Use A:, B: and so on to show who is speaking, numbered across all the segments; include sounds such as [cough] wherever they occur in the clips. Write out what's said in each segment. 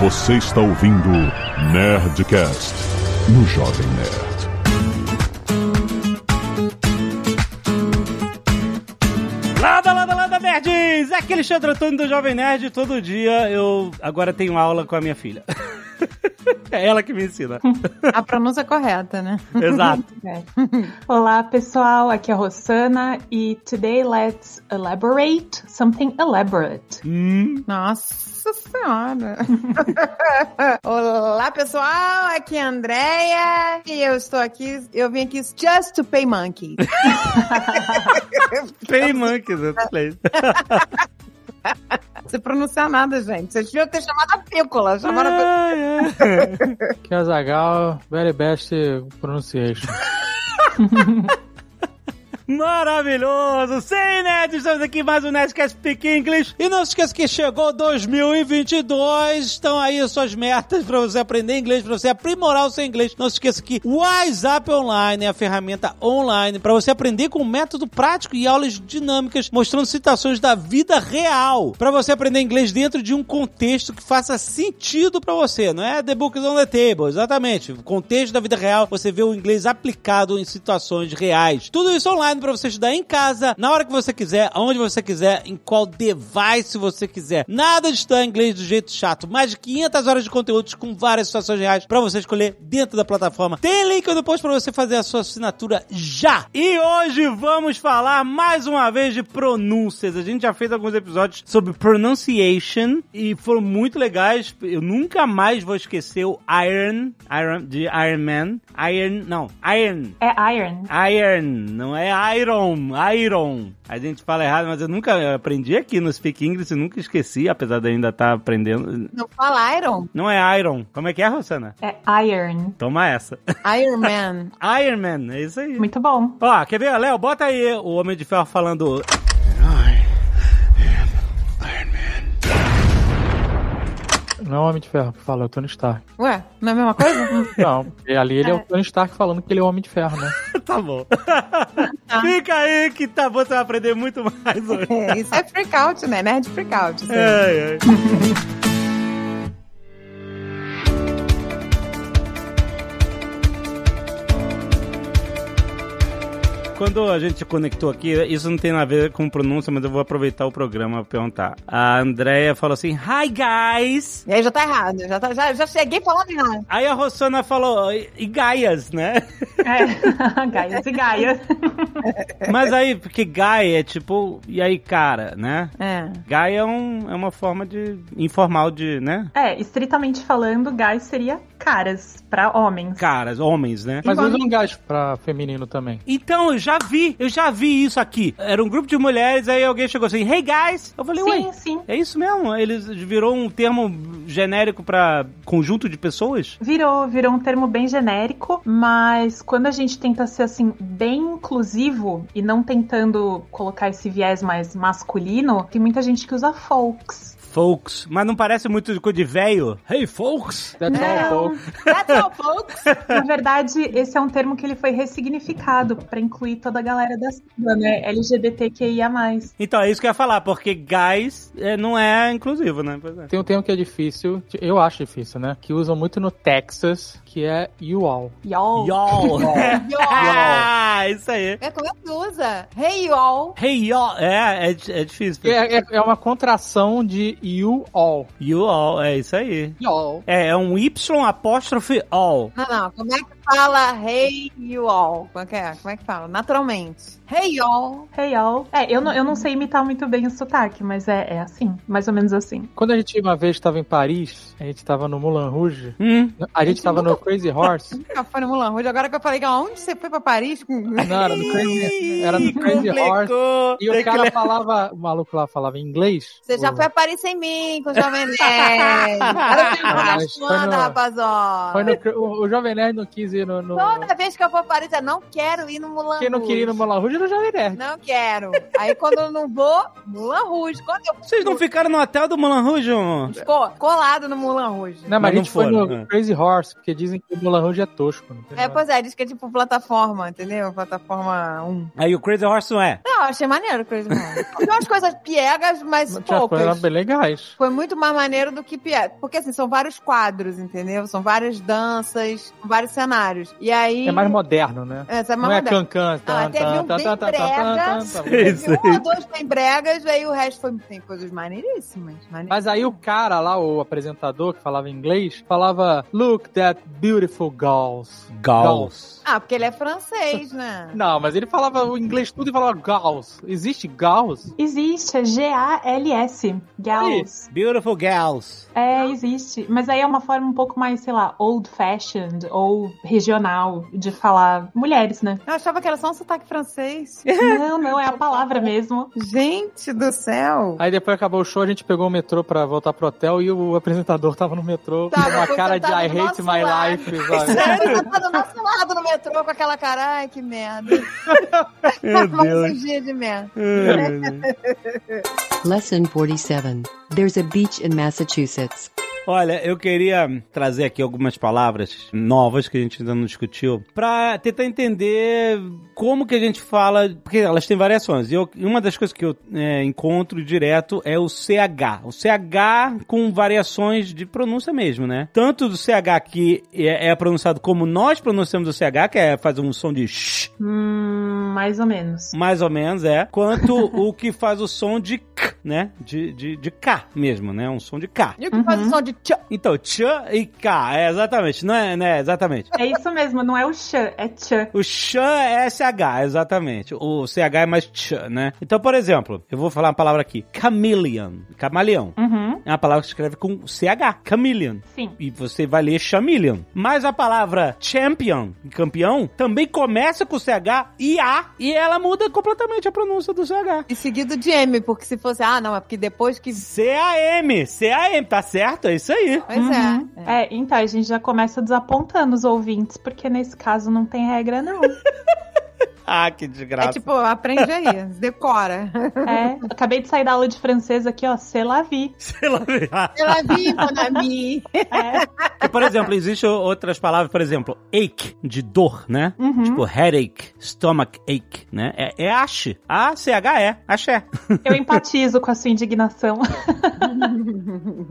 A: Você está ouvindo Nerdcast no Jovem Nerd.
B: Lada, lada, lada, nerds! Aqui é Alexandre Antônio do Jovem Nerd. Todo dia eu agora tenho aula com a minha filha. [laughs] É ela que me [laughs] ensina.
C: A pronúncia correta, né? [laughs]
B: Exato.
D: É. Olá pessoal, aqui é a Rossana e today let's elaborate something elaborate.
B: Hum,
C: Nossa Senhora! [laughs] Olá, pessoal! Aqui é a Andrea e eu estou aqui, eu vim aqui just to pay [laughs] monkey.
B: tem monkeys no inglês.
C: Não sei pronunciar nada, gente. Vocês deviam ter chamado a pícola. Chamaram a...
B: Ah, é.
E: Que Azagal, very best pronunciation.
B: Maravilhoso! Sim, Nerd! Estamos aqui em mais um Nerdcast Speak English. E não se esqueça que chegou 2022. Estão aí suas metas para você aprender inglês, para você aprimorar o seu inglês. Não se esqueça que o WhatsApp Online é a ferramenta online para você aprender com método prático e aulas dinâmicas, mostrando citações da vida real. Para você aprender inglês dentro de um contexto que faça sentido para você. Não é The Book is on the Table, exatamente. O contexto da vida real, você vê o inglês aplicado em situações reais. Tudo isso online para você estudar em casa, na hora que você quiser, aonde você quiser, em qual device você quiser. Nada de estudar inglês do jeito chato. Mais de 500 horas de conteúdos com várias situações reais para você escolher dentro da plataforma. Tem link depois para você fazer a sua assinatura já. E hoje vamos falar mais uma vez de pronúncias. A gente já fez alguns episódios sobre pronunciation e foram muito legais. Eu nunca mais vou esquecer o Iron, Iron de Iron Man, Iron, não, Iron
D: É iron.
B: Iron, não é Iron, Iron. A gente fala errado, mas eu nunca eu aprendi aqui no Speak English, eu nunca esqueci, apesar de ainda estar aprendendo.
C: Não fala Iron?
B: Não é Iron. Como é que é, Rosana?
D: É iron.
B: Toma essa. [laughs]
C: Iron Man.
B: Iron Man, é isso aí.
D: Muito bom.
B: Ó, quer ver? Léo, bota aí o Homem de Ferro falando. [laughs]
E: Não é o Homem de Ferro que fala, é o Tony Stark.
C: Ué, não é a mesma coisa? [laughs]
E: Não, porque ali ele é o Tony Stark falando que ele é o Homem de Ferro, né?
B: tá bom. Fica aí que tá bom, você vai aprender muito mais hoje.
C: É, isso é freak out, né? Nerd freak out. isso aí.
B: Ai, ai. Quando a gente conectou aqui, isso não tem nada a ver com pronúncia, mas eu vou aproveitar o programa pra perguntar. A Andrea falou assim: Hi guys!
C: E aí já tá errado. Já, tá- já, já cheguei falando errado.
B: Aí a Rossana falou, e e gaias, né? [laughs]
D: É. [laughs] Gaias e Gaias.
B: Mas aí, porque gai é tipo, e aí, cara, né?
C: É.
B: Gai é, um, é uma forma de. informal de, né?
D: É, estritamente falando, gás seria caras pra homens.
B: Caras, homens, né?
E: Mas usa um gás pra feminino também.
B: Então, eu já vi, eu já vi isso aqui. Era um grupo de mulheres, aí alguém chegou assim, hey guys! Eu falei, ué,
D: Sim, sim.
B: é isso mesmo? Eles virou um termo genérico pra conjunto de pessoas?
D: Virou, virou um termo bem genérico, mas quando a gente tenta ser assim bem inclusivo e não tentando colocar esse viés mais masculino, tem muita gente que usa folks.
B: Folks. Mas não parece muito de coisa de velho? Hey, folks!
E: That's all, folks.
C: That's all, folks.
D: [laughs] Na verdade, esse é um termo que ele foi ressignificado pra incluir toda a galera da sigla, né? LGBTQIA+.
B: Então, é isso que eu ia falar, porque guys é, não é inclusivo, né? Pois é.
E: Tem um termo que é difícil, eu acho difícil, né? Que usam muito no Texas, que é you all.
B: [laughs]
D: Y'all.
B: Y'all! Ah, isso aí.
C: É como é que usa? Hey, you all.
B: Hey, y'all! É, é, di- é difícil.
E: É, é- é uma contração de you all.
B: You all, é isso aí.
E: You all.
B: É, é um Y apóstrofe all.
C: Não, não. Como é que fala hey, you all? Como é que, é? Como é que fala? Naturalmente. Hey, you all.
D: Hey, y'all. É, eu não, eu não sei imitar muito bem o sotaque, mas é, é assim. Mais ou menos assim.
E: Quando a gente uma vez estava em Paris, a gente tava no Moulin Rouge,
B: Hum.
E: a gente tava no Crazy Horse.
C: Nunca foi no Mulan Rouge. Agora que eu falei que aonde você foi pra Paris? [laughs]
E: Não, era no Crazy, era no Crazy Horse.
B: Complicou.
E: E o
B: Tem que
E: cara falava, o maluco lá falava inglês.
C: Você já
E: O-
C: foi a Paris sem mim, com o Jovem Nerd. Era o que eu tava
E: Ah, Mas foi
C: achando,
E: no-
C: rapazona.
E: Foi no, o, o Jovem Nerd não quis ir ir no. no...
C: Toda vez que eu for para Paris, eu não quero ir no Mulan
E: Quem não queria ir no Moulin Rouge era o Jovem Nerd.
C: Não quero. Aí quando eu não vou, Mulan Rouge. Quando eu
B: Vocês não ficaram no hotel do Moulin Rouge? amor?
C: ficou colado no Mulan Rouge.
E: Não, mas,
B: Mas
E: a
B: não
E: gente foi
B: foram,
E: no
B: né?
E: Crazy Horse, porque dizem que o Moulin Rouge é tosco. Não tem
C: É,
E: nada.
C: pois é, diz que é tipo plataforma, entendeu? Plataforma 1.
B: Aí o Crazy Horse não é.
C: Não, eu achei maneiro o Crazy Horse. Tem umas coisas piegas, mas
E: Mas tinha
C: poucas.
E: coisas bem legais.
C: Foi muito mais maneiro do que piada. Porque, assim, são vários quadros, entendeu? São várias danças, vários cenários. E aí...
E: É mais moderno, né?
C: É, sabe,
E: Não é
C: mais moderno.
E: cancan. tá,
C: teve
E: tá,
C: um
E: tá,
C: bem
E: tá, tá, tá, tá, tá,
C: brega.
E: tá.
B: Sei,
C: Teve
B: sei.
C: um ou dois tem bregas, aí o resto foi, tem coisas maneiríssimas. maneiríssimas.
E: Mas aí o cara lá, o apresentador que falava inglês, falava Look that beautiful girls.
B: Gauss.
C: Ah, porque ele é francês, né?
E: Não, mas ele falava o inglês tudo e falava Gauss. Existe Gauss?
D: Existe, é G-A-L-S. Gals.
B: Beautiful Gals.
D: É, existe. Mas aí é uma forma um pouco mais, sei lá, old fashioned ou regional de falar
C: [laughs]
D: mulheres, né?
C: Eu achava que era só um sotaque francês.
D: Não, não, é a palavra mesmo.
C: Gente do céu!
E: Aí depois acabou o show, a gente pegou o metrô pra voltar pro hotel e o apresentador tava no metrô
C: Tava,
E: com uma cara de
C: tava
E: I
C: do
E: hate
C: nosso
E: my
C: lado."
E: life, sabe?
C: [laughs] Sério? Tá do nosso lado no metrô com aquela cara, ai que merda.
B: Meu
C: Mais
B: Deus.
C: [laughs] um dia de merda.
B: Ai, meu Deus.
F: Lesson 47. There's a beach in Massachusetts.
B: Olha, eu queria trazer aqui algumas palavras novas que a gente ainda não discutiu pra tentar entender como que a gente fala, porque elas têm variações. E eu- uma das coisas que eu é, encontro direto é o CH. O CH com variações de pronúncia mesmo, né? Tanto do CH que é, é pronunciado como nós pronunciamos o CH, que é fazer um som de sh,
D: Hum, mais ou menos.
B: mais ou menos, é, quanto o que faz o som de k, né? De, de, de k mesmo, né? Um som de k.
C: E o que faz o som de tchã?
B: Então, tchan e k, é exatamente, não é, né, exatamente.
D: É isso mesmo, não é o chã, é tchã.
B: O chan é SH, exatamente. O CH é mais tchan, né? Então, por exemplo, eu vou falar uma palavra aqui, chameleon, camaleão.
D: Uhum,
B: É uma palavra que se escreve com CH, chameleon.
D: sim.
B: E você vai ler chameleon. Mas a palavra champion, campeão, também começa com CH e A, e ela muda completamente a pronúncia do CH.
C: E seguido de M, porque se fosse, ah, não, é porque depois que.
B: C-A-M, C-A-M, tá certo? É isso aí.
C: Pois
D: Uhum.
C: é.
D: É, então a gente já começa desapontando os ouvintes, porque nesse caso não tem regra, [laughs] não.
B: Ah, que desgraça.
C: É tipo, aprende aí, [laughs] decora.
D: É, eu acabei de sair da aula de francês aqui, ó, c'est la vie.
B: Sei lá.
C: Ela é viva na mim.
D: É,
B: Porque, por exemplo, existem outras palavras, por exemplo, ache, de dor, né?
D: uhum.
B: Tipo, headache, stomach ache, né? É, é ache. A-C-H-E, [laughs] axé.
D: Eu empatizo com a sua [laughs] indignação.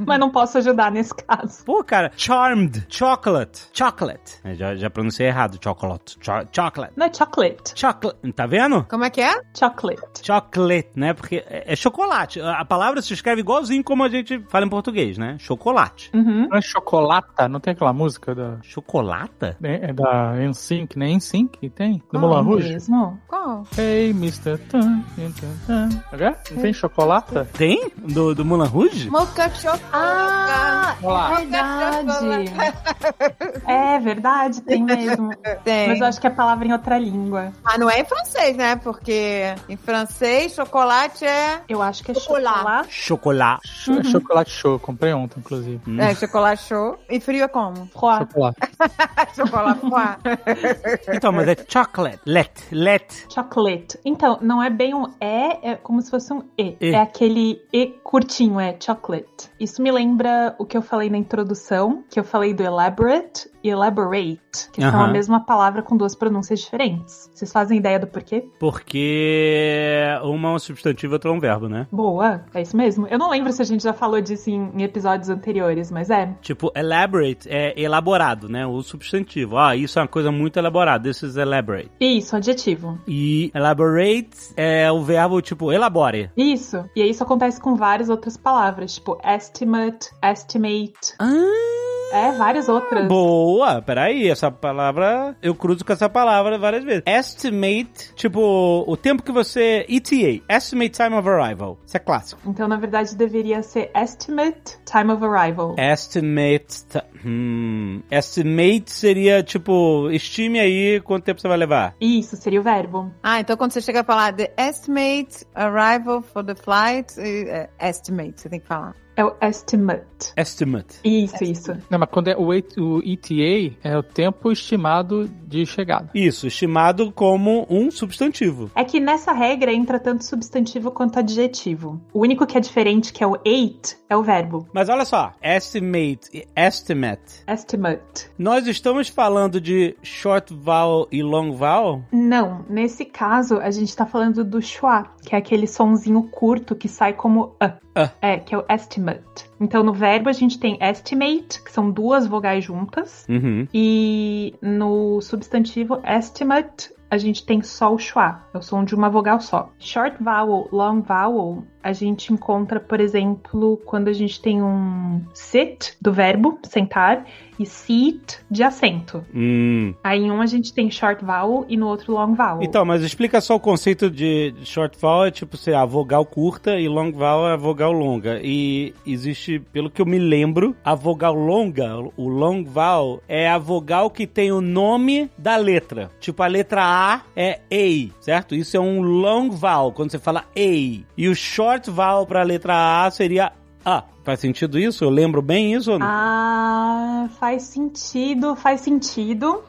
D: Mas não posso ajudar nesse caso.
B: Pô, cara, charmed, chocolate, chocolate. É, já, já pronunciei errado, chocolate, cho- chocolate.
D: Não é chocolate.
B: Chocolate, tá vendo?
C: Como é que é?
D: Chocolate.
B: Chocolate, né? Porque é é chocolate. A a palavra se escreve igualzinho como a gente fala em português, né? Chocolate.
D: Uhum.
E: Não é chocolata? Não tem aquela música da.
B: Chocolata?
E: É da NSYNC, né? NSYNC tem? Do Moulin
D: Ah,
E: Rouge?
D: Mesmo?
C: Qual?
E: Hey, Mr. Tan, tan, tan, tan. É? Não tem chocolata?
B: Tem? Do, do Moulin Rouge?
C: Mocha chocolate.
D: Ah,
E: Olá.
D: verdade. É verdade, tem mesmo.
C: Tem.
D: Mas eu acho que é palavra em outra língua.
C: Mas não é em francês, né? Porque em francês, chocolate é.
D: Eu acho que é
C: Chocolate.
D: chocolate.
B: Chocolate.
E: Cho- é Chocolate show, comprei ontem, inclusive.
B: Hum.
C: É, chocolate show. E frio é [laughs] como?
D: Froid.
E: Chocolate.
C: É chocolate froid.
B: Então, mas é chocolate. Let, let.
D: Chocolate. Então, não é bem um E, é como se fosse um E.
B: E.
D: É aquele E curtinho, é chocolate. Isso me lembra o que eu falei na introdução, que eu falei do elaborate e elaborate, que são
B: Aham.
D: a mesma palavra com duas pronúncias diferentes. Vocês fazem ideia do porquê?
B: Porque uma é um substantivo e outra é um verbo, né?
D: Boa, é isso mesmo. Eu não lembro se a gente já falou disso em, em episódios anteriores, mas é.
B: Tipo, elaborate é elaborado, né? O substantivo. Ah, isso é uma coisa muito elaborada. This is elaborate.
D: Isso, adjetivo.
B: E elaborate é o verbo, tipo, elabore.
D: Isso. E isso acontece com várias outras palavras, tipo estimate, estimate.
B: Ah,
D: É, várias outras.
B: boa! Peraí, essa palavra... Eu cruzo com essa palavra várias vezes. Estimate, tipo, o tempo que você... ETA, Estimate Time of Arrival. Isso é clássico.
D: Então, na verdade, deveria ser estimate time of arrival.
B: É. Estimate... ti- Hum, estimate seria, tipo, estime aí quanto tempo você vai levar.
D: Isso, seria o verbo.
C: Ah, então quando você chega a falar the estimate arrival for the flight, eh, é estimate, você tem que falar.
D: É o estimate.
B: Estimate.
D: Isso, isso.
E: Não, mas quando é o, E- o ETA, é o tempo estimado de chegada.
B: Isso, estimado como um substantivo.
D: É que nessa regra entra tanto substantivo quanto adjetivo. O único que é diferente, que é o eight, é o verbo.
B: Mas olha só, estimate e estimate.
D: Estimate.
B: Nós estamos falando de short vowel e long vowel?
D: Não, nesse caso a gente tá falando do schwa, que é aquele sonzinho curto que sai como a.
B: Ah.
D: É, que é o estimate. Então no verbo a gente tem estimate, que são duas vogais juntas,
B: Uhum.
D: e no substantivo estimate a gente tem só o schwa, é o som de uma vogal só. Short vowel, long vowel, a gente encontra, por exemplo, quando a gente tem um sit do verbo sentar e sit de assento.
B: Hum.
D: Aí em um a gente tem short vowel e no outro long vowel.
B: Então, mas explica só o conceito de short vowel, é tipo, sei lá, vogal curta e long vowel é a vogal longa. E existe, pelo que eu me lembro, a vogal longa, o long vowel, é a vogal que tem o nome da letra. Tipo, a letra A é A, certo? Isso é um long vowel, quando você fala A. E o short vowel pra letra A seria A. Faz sentido isso? Eu lembro bem isso ou não?
D: Ah, faz sentido, faz sentido,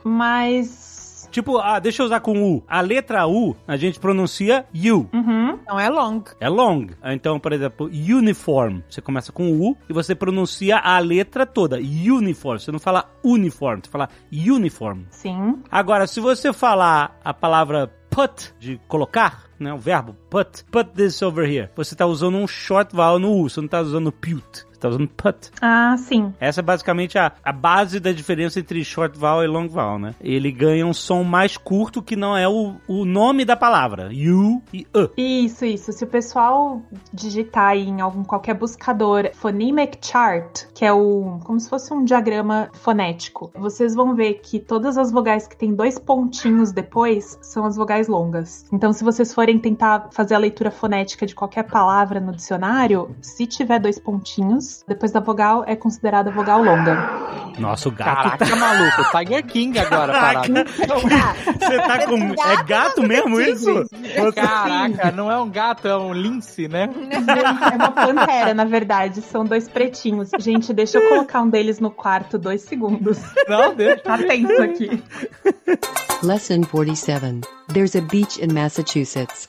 D: mas.
B: Tipo, ah, deixa eu usar com U. A letra U, a gente pronuncia U.
D: Uhum.
C: Não é long.
B: É long. Então, por exemplo, uniform. Você começa com U e você pronuncia a letra toda. Uniform. Você não fala uniform, você fala uniform.
D: Sim.
B: Agora, se você falar a palavra put, de colocar, né, o verbo put, put this over here, você tá usando um short vowel no U, você não tá usando put, você tá usando put.
D: Ah, sim.
B: Essa é basicamente a, a base da diferença entre short vowel e long vowel, né? Ele ganha um som mais curto que não é o, o nome da palavra, U e U.
D: Isso, isso. Se o pessoal digitar aí em algum qualquer buscador phonemic chart, que é o como se fosse um diagrama fonético, vocês vão ver que todas as vogais que tem dois pontinhos depois são as vogais longas. Então, se vocês forem tentar fazer a leitura fonética de qualquer palavra no dicionário, se tiver dois pontinhos, depois da vogal é considerada vogal longa.
B: Nossa, o gato
E: Caraca, tá maluco. Tiger King agora,
B: Caraca.
E: parada.
B: Você tá com. É gato mesmo isso?
E: Caraca, não é um gato, é um lince, né?
D: É uma pantera, na verdade. São dois pretinhos. Gente, deixa eu colocar um deles no quarto dois segundos.
E: Não, deixa.
D: Tá tenso aqui.
F: Lesson 47. There's a beach in Massachusetts.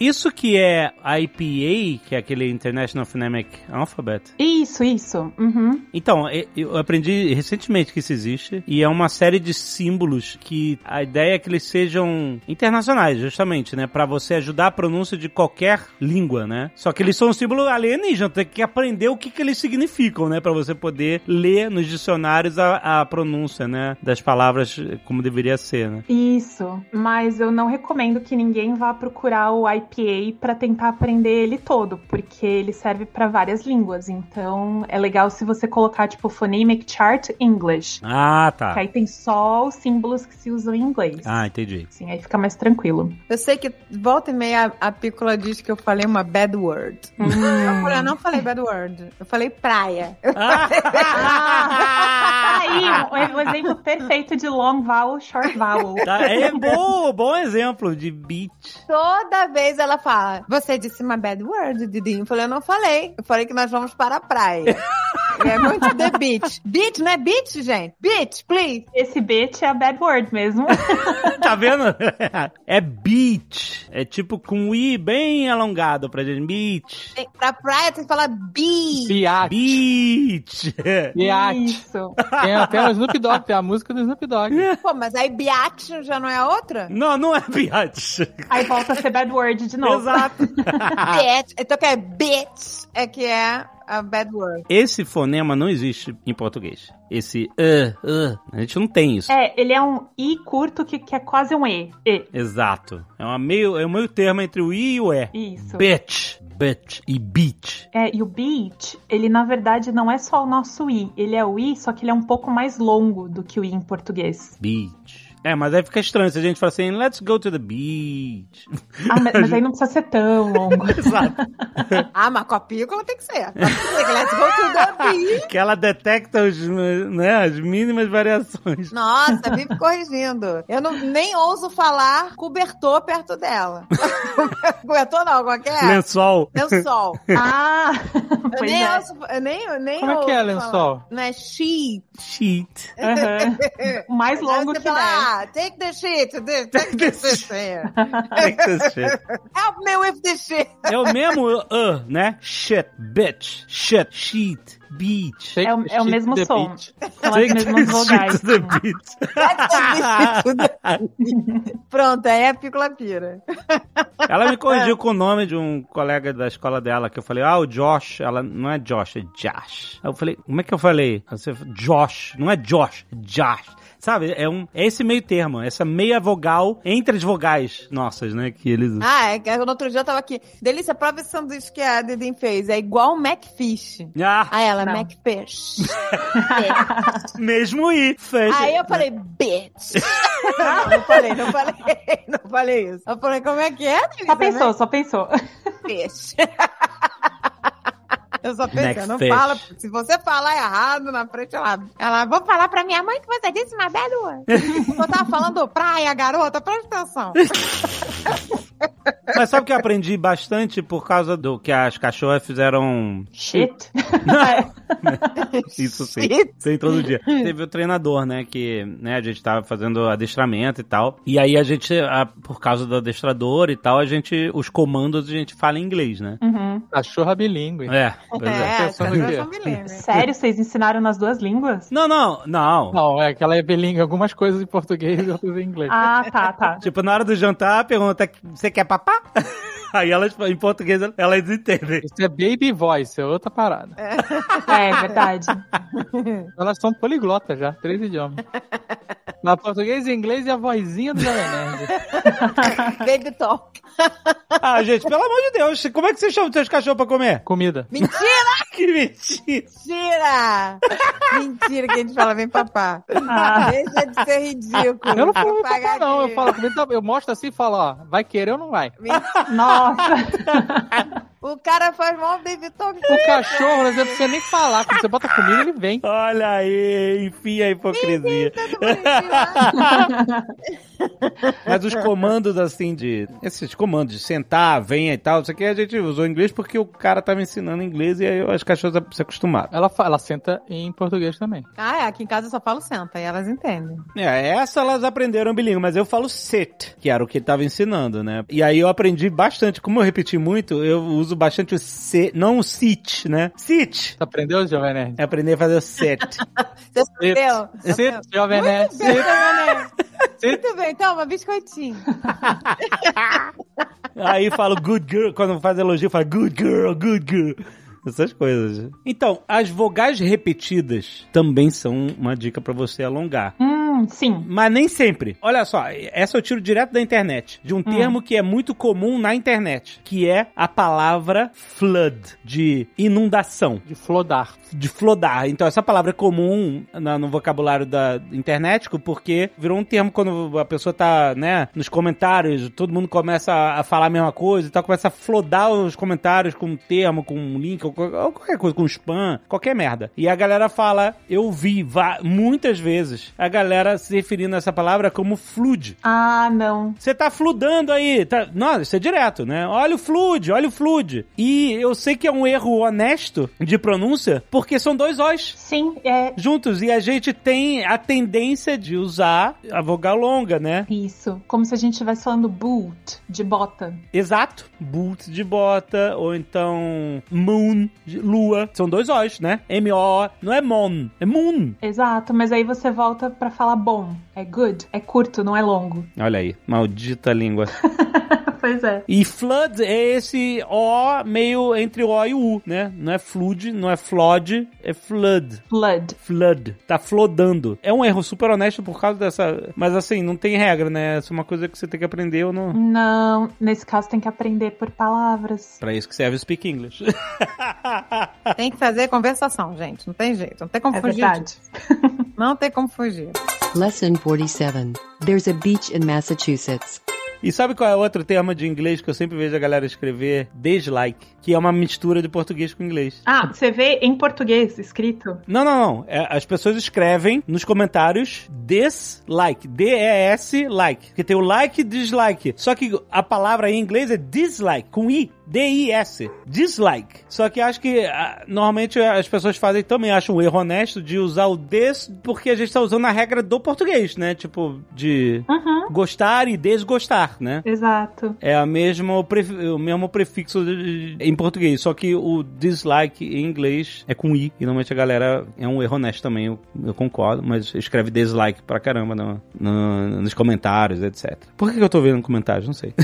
B: Isso que é IPA, que é aquele International Phonemic Alphabet.
D: Isso, isso. Uhum.
B: Então, e- eu aprendi recentemente que isso existe e é uma série de símbolos que a ideia é que eles sejam internacionais, justamente, né, Pra você ajudar a pronúncia de qualquer língua, né? Só que eles são um símbolo alienígena, tem que aprender o que, que eles significam, né, Pra você poder ler nos dicionários a, a pronúncia, né, das palavras como deveria ser, né?
D: Isso. Mas eu não recomendo que ninguém vá procurar o IPA pra tentar aprender ele todo, porque ele serve pra várias línguas. Então, é legal se você colocar tipo phonemic chart English.
B: Ah, tá.
D: Que é aí tem só os símbolos que se usam em inglês.
B: Ah, entendi.
D: Sim, aí fica mais tranquilo.
C: Eu sei que volta e meia a, a Pícola diz que eu falei uma bad word. Eu, falei, eu não falei bad word. Eu falei praia. Eu
D: Tá [laughs] aí, um, um exemplo perfeito de long vowel,
B: [laughs]
D: short vowel.
B: Tá, é bom, bom exemplo de beat.
C: Toda vez ela fala, você disse uma bad word, Didinho. Eu falei, eu não falei. Eu falei que nós vamos para a praia. é muito the beach. Beach, não é beach, gente? Beach, please.
D: Esse bitch é a bad word mesmo.
B: Tá vendo? [laughs] É beat. É tipo com i bem alongado pra gente. Beat.
C: Tem- Pra praia tem que falar be.
E: Biate.
B: Beat. [laughs]
E: Biate.
D: Isso.
E: Tem até o Snoop Dogg, tem a música do Snoop Dogg.
C: Pô, mas aí biatch já não é outra?
B: Não, não é beat.
D: Aí volta a ser bad word de novo.
B: Exato.
C: Bitch. Então que é bitch é que é a bad word.
B: Esse fonema não existe em português. Esse uh, uh. A gente não tem isso.
D: É, ele é um i curto que, que é quase um e. E.
B: Exato. É, uma meio, é um meio termo entre o i e o e.
D: Isso.
B: Bitch. Bitch e beat.
D: É, e o beat, ele na verdade não é só o nosso i, ele é o i, só que ele é um pouco mais longo do que o i em português.
B: Beat. É, mas aí fica estranho se a gente fala assim, let's go to the beach. [laughs]
D: Ah, mas, mas aí não precisa ser tão longo.
B: Exato.
C: Ah, mas com a pícola tem que ser. Com a pícola, Let's go to the beach.
B: que ela detecta os, né, as mínimas variações.
C: Nossa, vive corrigindo. Eu não, nem ouso falar cobertor perto dela. [laughs] cobertor não, qualquer.
B: Lençol.
C: Lençol.
D: Ah,
C: Eu
D: [laughs] pois
C: nem,
D: é.
C: ouço, eu nem, eu nem
E: Como é que é,
C: ouso
E: lençol?
C: falar. Não é sheet.
B: Cheat.
D: Aham. O Mais
C: Aí
D: longo
C: você
D: que
C: fala,
D: der.
C: ah, take the shit, take the shit. here.
B: Texas shit.
C: Help me with the shit.
B: É o mesmo uh, né? Shit, bitch, shit, sheet, beach.
D: É o, é o mesmo
E: The
D: som.
E: Beach.
D: São as mesmas vogais.
B: shit to the beach.
C: [laughs] Pronto, aí é pícola pira.
B: Ela me corrigiu com o nome de um colega da escola dela, que eu falei, ah, o Josh. Ela, não é Josh, é Josh. Aí eu falei, como é que eu falei? Aí Você, falou, Josh, não é Josh, é Josh. Sabe, é, um, é esse meio termo, essa meia vogal entre as vogais nossas, né, que eles...
C: Ah, é que no outro dia eu tava aqui. Delícia, prova esse sanduíche que a Dedin fez. É igual Macfish.
B: Ah,
C: Aí ela,
D: Não.
C: Macfish. [laughs]
B: mesmo I, fez.
C: Aí eu falei, bitch. não, não falei, não falei, [laughs] não falei isso. Eu falei, como é que é, Delícia?
D: Só pensou, só pensou.
C: Macfish. [laughs] Eu só
B: Mac
C: pensei, não
B: Fish.
C: fala. Se você falar errado na frente, ela, ela vou falar pra minha mãe que você disse uma
B: [laughs]
C: bela. Eu tava falando praia, garota, presta atenção.
B: Mas sabe o que eu aprendi bastante por causa do que as cachorras fizeram
D: Shit. [laughs] É,
B: Isso sim.
C: Shit.
B: Sim, todo dia. Teve o treinador, né? Que né, a gente tava fazendo adestramento e tal. E aí a gente, a- por causa do adestrador e tal, a gente, os comandos a gente fala em inglês, né?
D: Uhum.
E: Cachorra bilíngue.
B: É, pois é.
C: É,
E: pensando
C: essa
E: o quê?
C: eu só me lembro.
D: Sério, vocês ensinaram nas duas línguas?
B: Não, não, não.
E: Não, é que ela é bilíngue. Algumas coisas em português e outras em inglês.
D: Ah, tá, tá.
B: Tipo, na hora do jantar, pergunta, você quer papá? [laughs] Aí elas, em português, elas entendem.
E: Isso é baby voice, é outra parada.
D: É verdade.
E: Elas são poliglotas já,
D: [laughs]
E: três idiomas. Na português, inglês e a vozinha do Jovem Nerd.
C: Baby talk.
B: Ah, gente, pelo amor de Deus, como é que você chama os seus cachorros pra comer? [laughs]
E: Comida.
C: Mentira!
B: Que mentira!
C: Mentira! Mentira que a gente fala, vem papá.
D: Ah.
C: Deixa de ser ridículo.
E: Eu não falo
C: Pagar
E: papá, não.
C: aqui.
E: Eu falo comida, eu mostro assim e falo, ó, vai querer ou não vai.
C: Mentira.
D: Nossa.
C: O cara faz mal baby talk.
E: O cachorro, não precisa nem falar. Quando você bota comida, ele vem.
B: Olha aí, enfim a [laughs] hipocrisia.
C: Tudo bonitinho, né?
B: Mas os comandos, assim, de. Esses comandos de sentar, venha e tal, isso aqui a gente usou em inglês porque o cara tava ensinando inglês e aí as cachorras se acostumaram.
E: Ela, fa- ela senta em português também.
C: ah, é, aqui em casa eu só falo senta e elas entendem.
B: É, essa elas aprenderam bilíngue, mas eu falo sit, que era o que ele tava ensinando, né? E aí eu aprendi bastante, como eu repeti muito, eu uso bastante o se, não o sit, né? Sit!
E: Você aprendeu, Jovem Nerd?
B: É aprender a fazer o set.
C: Você entendeu?
E: Senta, Jovem Nerd.
C: Muito bem,
E: senta.
C: Leonel.
E: Senta.
C: Muito bem, toma, biscoitinho.
B: Aí falo good girl, quando faz elogio, fala good girl, good girl. Essas coisas. Então, as vogais repetidas também são uma dica pra você alongar.
D: Hum, sim.
B: Mas nem sempre. Olha só, essa eu tiro direto da internet. De um termo que é muito comum na internet, que é a palavra flood, de inundação,
E: De flodar.
B: de flodar. Então, essa palavra é comum na- no vocabulário da internet, porque virou um termo quando a pessoa tá, né, nos comentários, todo mundo começa a falar a mesma coisa e tal, começa a flodar os comentários com um termo, com um link, ou, co- ou qualquer coisa, com spam, qualquer merda. E a galera fala, eu vi va- muitas vezes a galera se referindo a essa palavra como flood.
D: Ah, não.
B: Você tá fludando aí. Tá... Não, isso é direto, né? Olha o flood, olha o flood. E eu sei que é um erro honesto de pronúncia, porque são dois Os
D: Sim, é
B: juntos. E a gente tem a tendência de usar a vogal longa, né?
D: isso. Como se a gente estivesse falando boot, de bota.
B: Exato. Boot de bota, ou então moon, de lua. São dois Os, né? M-O, não é mon, é moon.
D: Exato, mas aí você volta pra falar bom. É good, é curto, não é longo. [laughs]
B: Olha aí, maldita língua.
D: pois é.
B: [laughs] E flood é esse O meio entre O e U, né? Não é flood, não é flood, é flood.
D: Blood.
B: Flood. Tá flodando. É um erro super honesto por causa dessa. Mas assim, não tem regra, né? Essa é uma coisa que você tem que aprender ou não.
D: Não, nesse caso tem que aprender por palavras.
B: Pra isso que serve o Speak English. [laughs]
C: Tem que fazer conversação, gente. Não tem jeito. Não tem como
D: É
C: fugir.
D: verdade.
C: disso. Não tem como fugir.
F: Lesson 47. There's a beach in Massachusetts.
B: E sabe qual é outro termo de inglês que eu sempre vejo a galera escrever? Dislike, que é uma mistura de português com inglês.
D: [laughs] Ah, você vê em português escrito?
B: Não, não, não. É, as pessoas escrevem nos comentários dislike. D-E-S like. Porque tem o like e dislike. Só que a palavra em inglês é dislike, com I. D-I-S. Dislike. Só que acho que ah, normalmente as pessoas fazem também, acham um erro honesto de usar o des, porque a gente tá usando a regra do português, né? Tipo, de
D: Uhum.
B: gostar e desgostar, né?
D: Exato.
B: É a mesma, pref- o mesmo prefixo de- de- em português, só que o dislike em inglês é com i. E normalmente a galera é um erro honesto também, eu, eu concordo, mas escreve dislike pra caramba no- no- nos comentários, etc. Por que, que eu tô vendo comentários? Não [laughs] sei.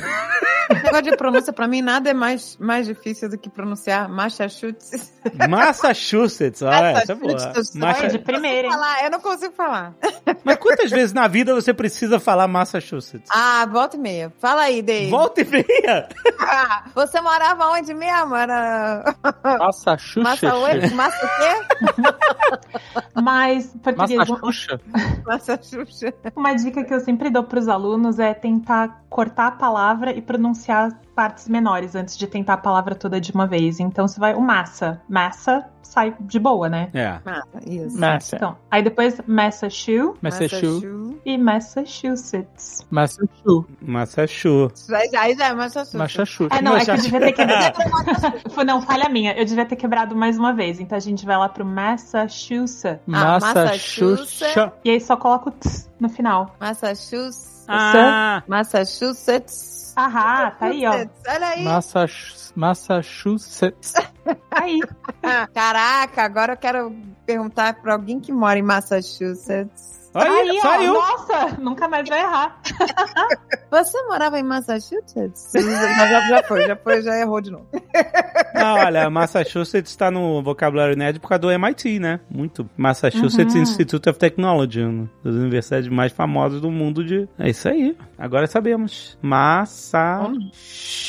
C: Esse negócio de pronúncia, pra mim, nada é mais, mais difícil do que pronunciar Massachusetts.
B: Massachusetts,
C: Ah,
B: olha
C: tá,
B: essa é boa.
C: Massachusetts, eu
B: Massa-
C: só-
D: de primeira,
C: Eu,
D: hein?
C: não consigo falar, eu não consigo falar.
B: Mas quantas vezes na vida você precisa falar Massachusetts?
C: Ah, volta e meia. Fala aí, Dave.
B: Volta e meia!
C: [laughs] Ah, Você morava onde mesmo? Era...
E: Massa Xuxa.
C: Massa oito? Massa o quê?
D: Ah. Mas português.
E: Massa Xuxa.
C: Massa Xuxa.
D: Uma dica que eu sempre dou pros alunos é tentar cortar a palavra e pronunciar partes menores antes de tentar a palavra toda de uma vez. Então você vai o massa, massa sai de boa, né?
B: É.
C: Massa, Ah, isso.
E: Massa.
D: Então, aí depois Massachusetts
E: Massa Xuxa.
C: Massachusetts.
D: e Massachusetts.
E: Massa Xuxa.
B: Massachusetts.
C: Aí já- Aí já é Massachusetts.
E: Massa
D: É,
E: Xuxa.
D: não, é que eu
B: Massachusetts.
D: devia
B: [laughs]
D: ter quebrado. Foi- não, falha minha. Eu devia ter quebrado mais uma vez. Então a gente vai lá pro Massachusetts.
E: Ah,
C: Ah,
E: Massa
C: Massachusetts.
E: Xuxa.
D: E aí só coloca o tss no final.
C: Massachusetts.
B: Ah,
C: Massachusetts.
D: Ahá, tá aí, ó.
C: Olha aí.
E: Massa Xuxa. Massa Xuxa.
D: Aí.
C: Ah, Caraca, agora eu quero perguntar pra alguém que mora em Massachusetts.
B: olha aí,
D: aí, ó.
B: saiu!
D: Nossa, nunca mais vai errar.
C: Você morava em
E: [laughs]
C: Massachusetts? Mas já, já foi, já foi, já errou de novo.
B: Ah, olha, Massachusetts está no vocabulário nerd por causa do MIT, né? Muito. Massachusetts
D: Uhum.
B: Institute of Technology, uma das universidades mais famosas do mundo de... É isso aí. Agora sabemos. Massachusetts.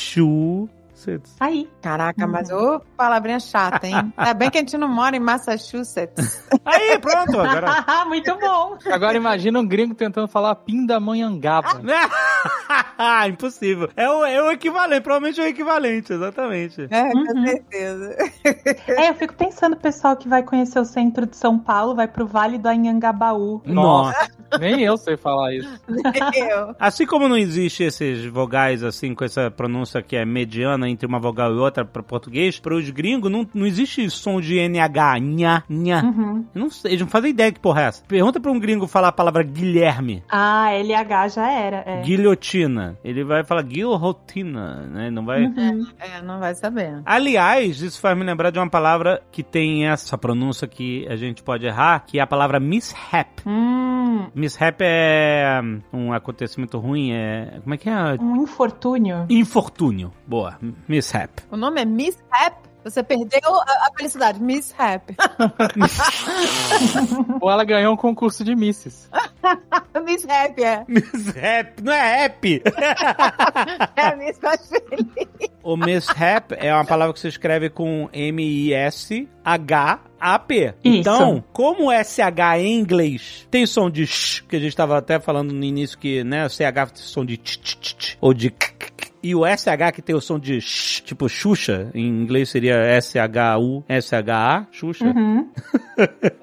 D: Aí.
C: Caraca, mas ô palavrinha chata, [laughs] hein? Ainda bem que a gente não mora em Massachusetts.
B: Aí, pronto, agora... [laughs]
D: [laughs] Muito bom.
E: Agora imagina um gringo tentando falar pindamonhangaba.
B: Impossível. É o, é o equivalente, provavelmente é o equivalente, exatamente.
C: É, com
D: Uhum.
C: certeza. [laughs]
D: É, eu fico pensando, pessoal, que vai conhecer o centro de São Paulo, vai pro Vale do Anhangabaú.
E: Nossa. Nem eu sei falar isso.
C: Eu.
B: Assim como não existe esses vogais assim, com essa pronúncia que é mediana entre uma vogal e outra para português, para os gringos não, não existe som de NH, nha, nha.
D: Uhum.
B: Eu Não sei, eles não fazem ideia que porra é essa. Pergunta pra um gringo falar a palavra Guilherme.
D: Ah, LH já era. É.
B: Guilhotina. Ele vai falar guilhotina, né? Não
D: [laughs]
B: vai.
D: Uhum.
C: É, não vai saber.
B: Aliás, isso faz me lembrar de uma palavra que tem essa pronúncia que a gente pode errar, que é a palavra mishap.
D: Hum,
B: Mishap é um acontecimento ruim, é. Como é que é?
D: um infortúnio.
B: Infortúnio. Boa. Mishap.
C: O nome é Miss Rap. Você perdeu a, a felicidade, Miss Rap. [laughs]
E: Ou ela ganhou um concurso de misses.
C: Miss Rap, é.
B: Mishap. Não é app.
C: É Miss Rap.
B: O mishap é uma palavra que se escreve com M-I-S-H-A-P.
D: Isso.
B: Então, como SH é em inglês tem som de sh, que a gente estava até falando no início que, né, o CH tem som de tch, tch, tch, tch, ou de k, k, k. e o SH que tem o som de sh, tipo Xuxa, em inglês seria S-H-U, S-H-A, Xuxa.
D: Uhum.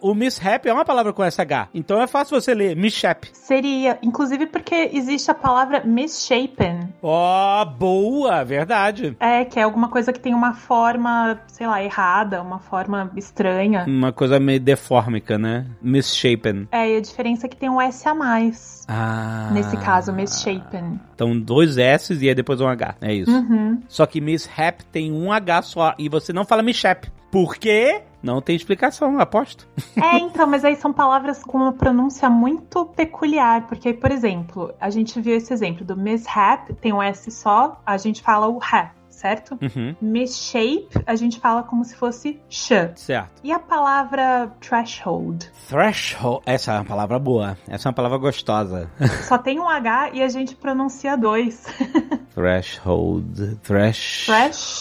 B: O mishap é uma palavra com SH, então é fácil você ler mishap.
D: Seria, inclusive porque existe a palavra misshapen,
B: Ó, boa, verdade.
D: é, que é alguma coisa que tem uma forma, sei lá, errada, uma forma estranha.
B: Uma coisa meio deformica, né? Misshapen.
D: É, e a diferença é que tem um S a mais.
B: Ah.
D: Nesse caso, misshapen.
B: Então, dois S e aí depois um H. É isso.
D: Uhum.
B: Só que mishap tem um H só. E você não fala mishap. Por quê? Não tem explicação, aposto.
D: É, então, mas aí são palavras com uma pronúncia muito peculiar, porque, por exemplo, a gente viu esse exemplo do mishap, tem um S só, a gente fala o rap. certo?
B: Uhum.
D: Misshape, a gente fala como se fosse sh.
B: Certo.
D: E a palavra threshold?
B: Threshold. Essa é uma palavra boa. Essa é uma palavra gostosa.
D: Só tem um H e a gente pronuncia dois. [laughs]
B: Threshold. Thresh.
D: Thresh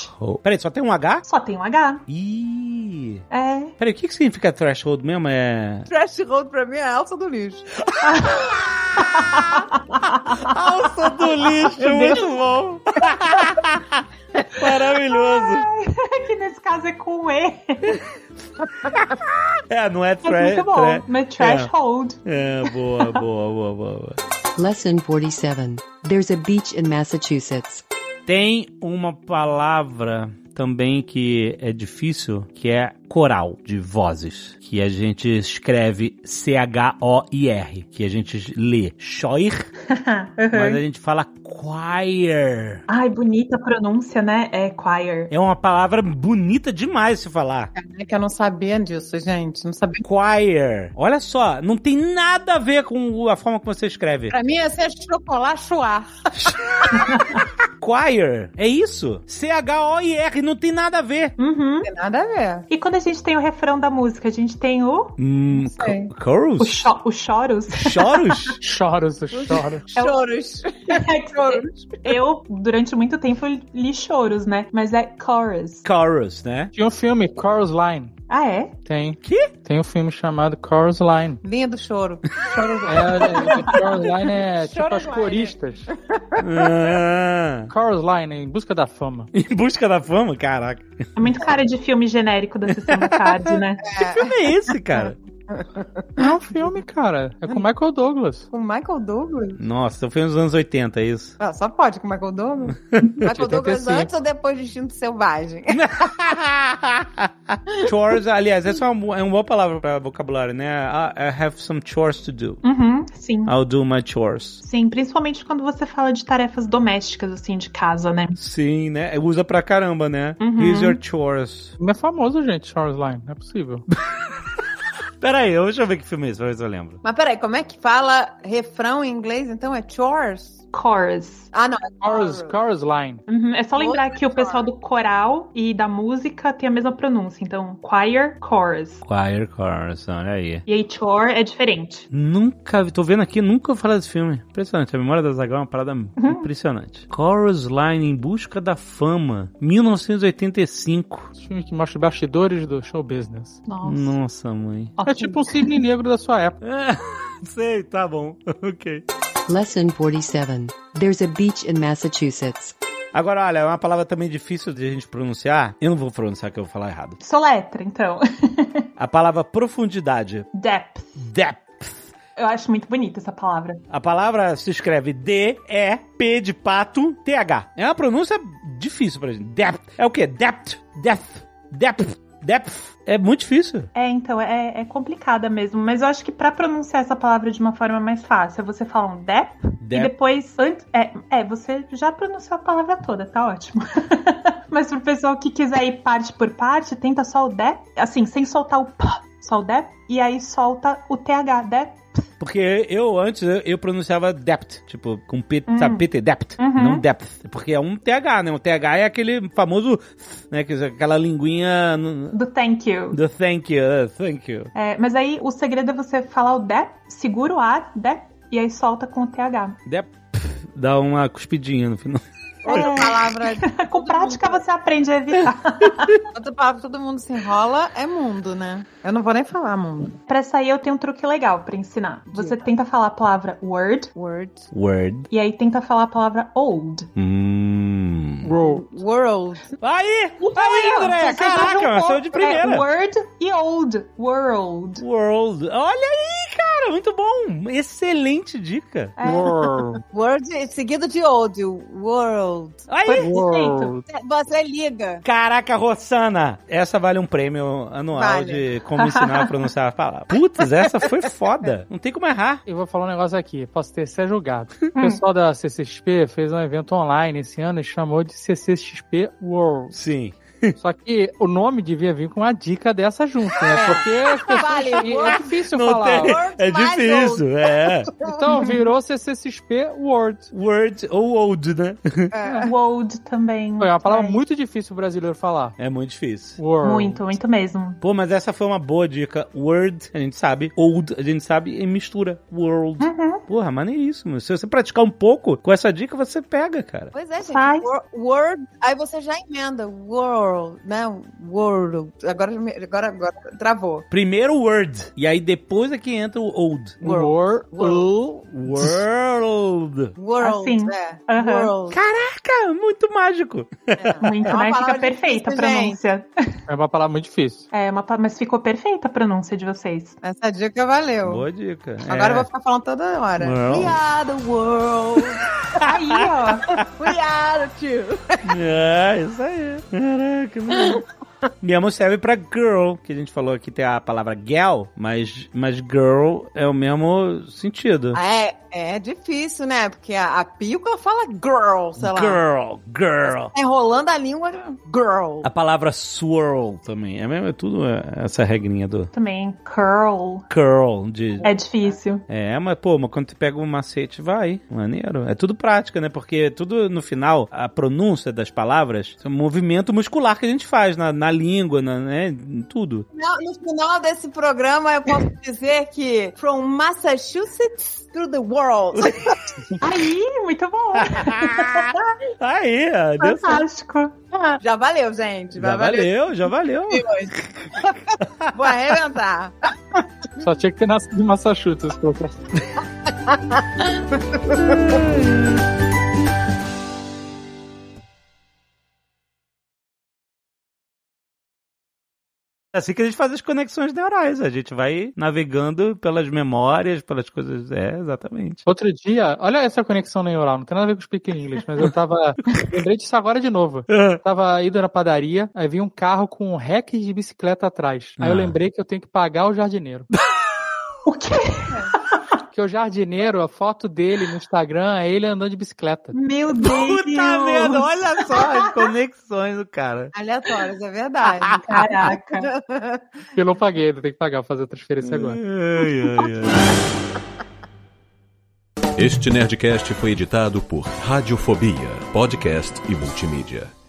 B: Threshold. Peraí, só tem um H?
D: só tem um H.
B: Ih.
D: É.
B: Peraí, o que, que significa threshold mesmo? É.
C: Trash roll pra mim é a alça do lixo. alça do
B: [laughs]
C: lixo, muito bom. [laughs]
B: Maravilhoso.
D: que nesse caso é com E.
B: É, não é
D: Mas
B: thresh.
D: muito bom. Mas threshold.
B: É, boa, [laughs] boa, boa, boa, boa.
F: Lesson 47. There's a beach in Massachusetts.
B: Tem uma palavra também que é difícil, que é coral de vozes, que a gente escreve C-H-O-I-R, que a gente lê choir, mas a
D: [laughs] Uhum.
B: gente fala choir.
D: Ai, bonita a pronúncia, né? É choir.
B: É uma palavra bonita demais se falar.
C: É que eu não sabia disso, gente. Não sabia.
B: Choir. Olha só, não tem nada a ver com a forma como você escreve.
C: Pra mim, esse é chocolate chuar.
B: Choir. É isso? C-H-O-I-R. Não tem nada a ver.
D: Uhum.
C: Não tem nada a ver.
D: E quando a gente tem o refrão da música, a gente tem o.
B: Hum,
C: sei.
B: co-
D: O,
B: chorus?
D: cho, o chorus.
B: Choros?
E: Choros, choros.
C: É Choros. Choros.
D: É Eu, durante muito tempo, li choros, né? Mas é chorus.
B: [laughs] Chorus, né?
E: Tinha um filme, Chorus Line.
D: Ah, é?
E: Tem.
B: Que?
E: Tem um filme chamado Chorus Line.
C: Linha do choro.
E: É, Chorus Line é tipo
C: Chorus
E: as
C: Line.
E: coristas.
B: Ah,
E: Chorus Line, em busca da fama.
B: [laughs] em busca da fama? Caraca.
D: É muito cara de filme genérico da sessão da tarde, né?
B: Que filme é esse, cara?
E: É um filme, cara. É com Michael Douglas.
C: Com Michael Douglas?
B: Nossa, foi nos anos 80, é isso.
C: Ah, só pode com Michael Douglas. Michael Douglas
E: 85.
C: antes ou depois de Instinto Selvagem?
B: Chores, aliás, essa é uma, bo- é uma boa palavra pra vocabulário, né? I, I have some chores to do.
D: Uhum, sim.
B: I'll do my chores.
D: Sim, principalmente quando você fala de tarefas domésticas, assim, de casa, né?
B: Sim, né? Usa pra caramba, né?
D: Uhum.
B: Here's your chores.
E: Não é famoso, gente, Chorus Line. Não é possível.
B: Pera aí, eu- deixa eu ver que filme é esse, pra ver se eu lembro.
C: [laughs] Mas peraí, como é que fala refrão em inglês? Então é chores?
D: Chorus.
C: Ah, não. é
E: Chorus, Chorus Line.
D: Uhum, É só lembrar que o pessoal do coral e da música tem a mesma pronúncia. Então, choir, chorus.
B: Choir Chorus, olha aí.
D: E aí, chore é diferente.
B: Nunca vi, tô vendo aqui, nunca ouvi falar desse filme. Impressionante, a memória da Zagal é uma parada impressionante. Chorus Line em Busca da Fama, 1985.
E: Esse filme que mostra os bastidores do show business.
D: Nossa.
B: Nossa, mãe. [laughs]
E: É
D: Ótimo.
E: tipo um cisne negro da sua época.
B: sei, tá bom. [laughs] ok.
F: Lesson 47. There's a beach in Massachusetts.
B: Agora, olha, é uma palavra também difícil de a gente pronunciar. Eu não vou pronunciar que eu vou falar errado.
D: Soletra, então. [laughs]
B: A palavra profundidade.
D: Depth.
B: Depth.
D: Eu acho muito bonita essa palavra.
B: A palavra se escreve D-E-P de pato T-H. É uma pronúncia difícil pra gente. Depth. É o quê? Depth. Depth. Depth. Depth. É muito difícil.
D: É, então, é, é complicada mesmo. Mas eu acho que pra pronunciar essa palavra de uma forma mais fácil, é você falar um depth E
B: Depth.
D: depois, antes, é, é, você já pronunciou a palavra toda, tá ótimo. [laughs] Mas pro pessoal que quiser ir parte por parte, tenta só o dé, assim, sem soltar o p, só o dé, e aí solta o th, dé.
B: Porque eu antes eu, eu pronunciava depth, tipo com P, sabe, PT, depth,
D: Hum. Uhum.
B: não depth, porque é um TH, né? O TH é aquele famoso, né, que- aquela linguinha no-
D: Do thank you.
B: do thank you, uh, thank you.
D: É, mas aí o segredo é você falar o dé, segura o a, dé, e aí solta com o th.
B: Depth dá uma cuspidinha no final.
C: Outra palavra,
D: É, Com prática você aprende a evitar.
C: outra palavra que todo mundo se enrola é mundo, né? Eu não vou nem falar mundo.
D: pra sair eu tenho um truque legal pra ensinar. Você tenta falar a palavra word,
C: Words.
B: Word.
D: e aí tenta falar a palavra old.
B: Hum.
E: Bro.
C: World.
B: Aí, aí,
D: Aí,
B: André,
D: você já
B: caraca,
D: juntou,
B: saiu de primeira.
D: É, word e old. World.
B: World. Olha aí, cara, muito bom. Excelente dica.
D: É.
C: [laughs]
E: World.
C: Word é seguido de old. World.
B: Aí,
E: World.
C: Você liga.
B: Caraca, Rossana! Essa vale um prêmio anual
C: Vale.
B: de como ensinar
C: [laughs]
B: a pronunciar a palavra. Putz, essa foi foda. Não tem como errar.
E: Eu vou falar um negócio aqui, posso ter ser julgado. O pessoal da CCXP fez um evento online esse ano e chamou de CCXP World.
B: Sim.
E: Só que o nome devia vir com uma dica dessa junto, né? Porque as pessoas-
C: Vale,
E: é difícil
B: Não
E: falar.
B: tem.
C: Word
B: É
C: mais
B: difícil, é.
E: Então virou CCXP Word.
B: Word ou old, né?
D: World é, também.
E: Foi uma palavra
D: É.
E: muito difícil o brasileiro falar.
B: É muito difícil.
E: Word.
D: Muito, muito mesmo.
B: Pô, mas essa foi uma boa dica. Word, a gente sabe. Old, a gente sabe. E mistura. World.
C: Uhum.
B: Porra, maneiríssimo. Se você praticar um pouco com essa dica, você pega, cara.
C: Pois é, gente.
D: Faz.
C: Wor- Word. Aí você já emenda. World, né? World. Agora, agora, agora travou.
B: Primeiro Word. E aí depois é que entra o old.
E: Word.
C: Word.
B: World.
C: World.
D: Assim.
C: É.
D: Aham.
C: World.
B: Caraca, muito mágico.
C: É.
D: Muito,
C: É uma
D: né? Fica
C: palavra
D: perfeita a
C: difícil, gente.
D: pronúncia.
E: É uma palavra muito difícil.
D: É, uma, pa- mas ficou perfeita a pronúncia de vocês.
C: Essa dica valeu.
B: Boa dica.
C: Agora eu
B: é.
C: vou ficar falando toda hora.
B: Não.
C: We are the world.
D: [laughs] Aí, ó.
C: We are the
B: [laughs]
C: two.
B: É, isso aí. Caraca, mano. Mesmo serve pra girl, que a gente falou aqui tem a palavra gal, mas, mas girl é o mesmo sentido.
C: É, é difícil, né? Porque a, a Pico fala girl, sei Ah, lá.
B: Girl, girl.
C: Tá Enrolando a língua, girl.
B: A palavra swirl também. É mesmo, é tudo é, essa regrinha do
D: Também, curl.
B: curl. De,
D: É difícil.
B: é, mas pô, mas quando tu pega um macete, vai. Maneiro. É tudo prática, né? Porque tudo no final, a pronúncia das palavras, é um movimento muscular que a gente faz na, na língua, na, né? Em tudo.
C: Não, no final desse programa,
B: [laughs]
C: eu posso dizer que From Massachusetts to
B: [laughs]
C: the World.
D: Aí, muito bom.
B: Aí, ó, deu certo.
D: [laughs] Fantástico.
C: Já valeu, gente.
B: Já valeu, já valeu.
C: Vou arrebentar.
E: Só tinha que ter nascido em Massachusetts. pô.
B: É assim que a gente faz as conexões neurais. A gente vai navegando pelas memórias, pelas coisas. É, exatamente.
E: Outro dia, olha essa conexão neural, não tem nada a ver com speak English, mas eu
D: [laughs]
E: tava. Lembrei disso agora de novo.
D: É.
E: Tava indo na padaria, aí vi um carro com um rack de bicicleta atrás. Aí eu
B: Ah.
E: lembrei que eu tenho que pagar o jardineiro.
D: [laughs] O quê?
E: Porque o jardineiro, a foto dele no Instagram é ele andando de bicicleta.
D: Meu Deus.
B: olha só as conexões do cara.
C: Aleatórios,
B: [laughs]
C: é verdade.
D: Caraca.
E: Eu não paguei, ainda tem que pagar, vou fazer a
D: Hum.
E: transferência agora.
A: Este Nerdcast foi editado por Radiofobia, podcast e multimídia.